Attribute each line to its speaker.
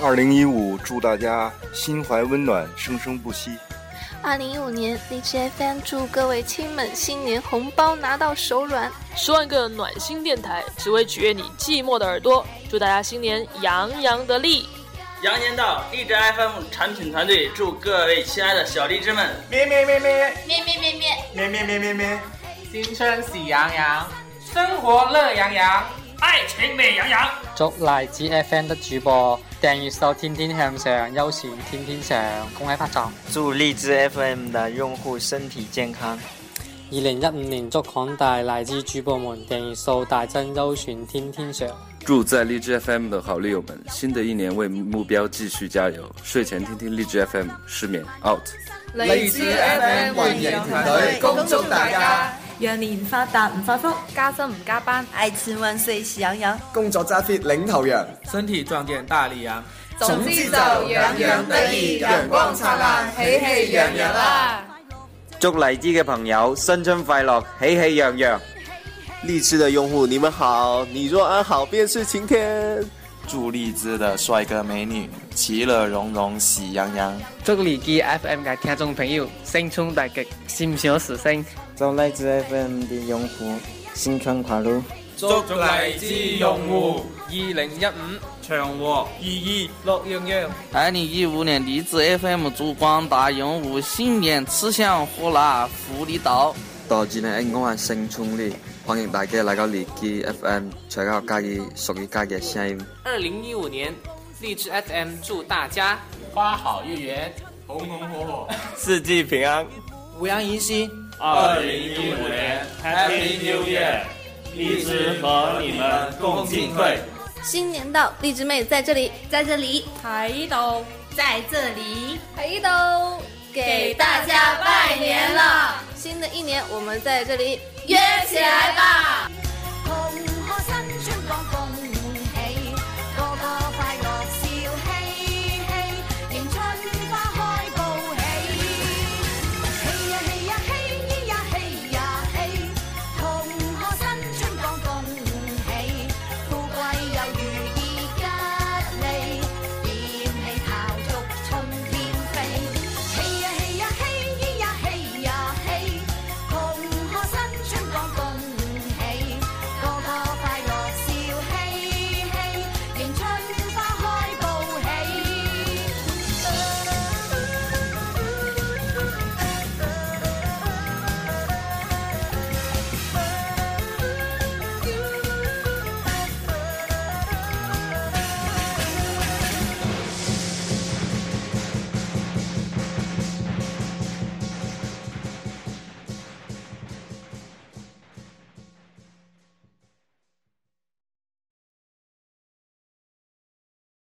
Speaker 1: 二零一五，祝大家心怀温暖，生生不息。
Speaker 2: 二零一五年荔枝 FM 祝各位亲们新年红包拿到手软。
Speaker 3: 十万个暖心电台，只为取悦你寂寞的耳朵。祝大家新年洋洋得力！
Speaker 4: 羊年到，荔枝 FM 产品团队祝各位亲爱的小荔枝们
Speaker 5: 咩咩咩咩
Speaker 6: 咩咩咩咩
Speaker 5: 咩咩咩咩咩，
Speaker 7: 新春喜洋洋，
Speaker 8: 生活乐洋洋，
Speaker 9: 爱情美洋洋。
Speaker 10: 祝荔枝 FM 的主播訂閱數天天向上，優選天天上，恭喜發財！
Speaker 11: 祝荔枝 FM 的用戶身體健康。
Speaker 10: 二零一五年祝廣大荔枝主播們訂閱數大增，優選天天上。
Speaker 12: 祝在荔枝 FM 的好驴友们，新的一年为目标继續加油！睡前聽聽荔枝 FM，失眠 out。
Speaker 13: 荔枝 FM 運營團隊恭祝大家！
Speaker 14: 羊年發達唔發福，
Speaker 15: 加薪唔加班，
Speaker 16: 愛情萬歲喜洋洋，
Speaker 17: 工作揸 fit 領頭羊，
Speaker 18: 身體壯健大力揚。
Speaker 19: 總之就洋洋得意，陽光燦爛，喜氣洋洋啦！
Speaker 11: 祝荔枝嘅朋友新春快樂，喜氣洋洋！
Speaker 20: 荔枝的用戶你們好，你若安好便是晴天。
Speaker 1: 祝荔枝的帥哥美女其樂融融，喜洋洋！
Speaker 4: 祝荔枝 FM 嘅聽眾朋友新春大吉，心想事成！
Speaker 11: 祝荔枝 FM 的用戶新春快樂！
Speaker 2: 祝荔枝用戶
Speaker 6: 二零一五
Speaker 2: 長和
Speaker 6: 意義樂洋洋！
Speaker 13: 哎二零一五年荔枝 FM 祝廣大用戶新年吃香喝辣，福利到！
Speaker 9: 大致呢，我係姓聰嘅。歡迎大家嚟到荔枝 FM，採購家嘅屬於家嘅聲音。
Speaker 3: 二零一五年，荔枝 FM 祝大家
Speaker 20: 花好月圓，紅紅火火，
Speaker 11: 四季平安，
Speaker 5: 五羊迎新。
Speaker 14: 二零一五年，Happy New Year！荔枝和你們共進退。
Speaker 2: 新年到，荔枝妹在這裡，
Speaker 6: 在這裡，
Speaker 15: 喺度，
Speaker 6: 在這裡，
Speaker 2: 喺度，
Speaker 6: 給大家拜年了！
Speaker 2: 新的一年，我們在這裡。
Speaker 6: 約起來吧！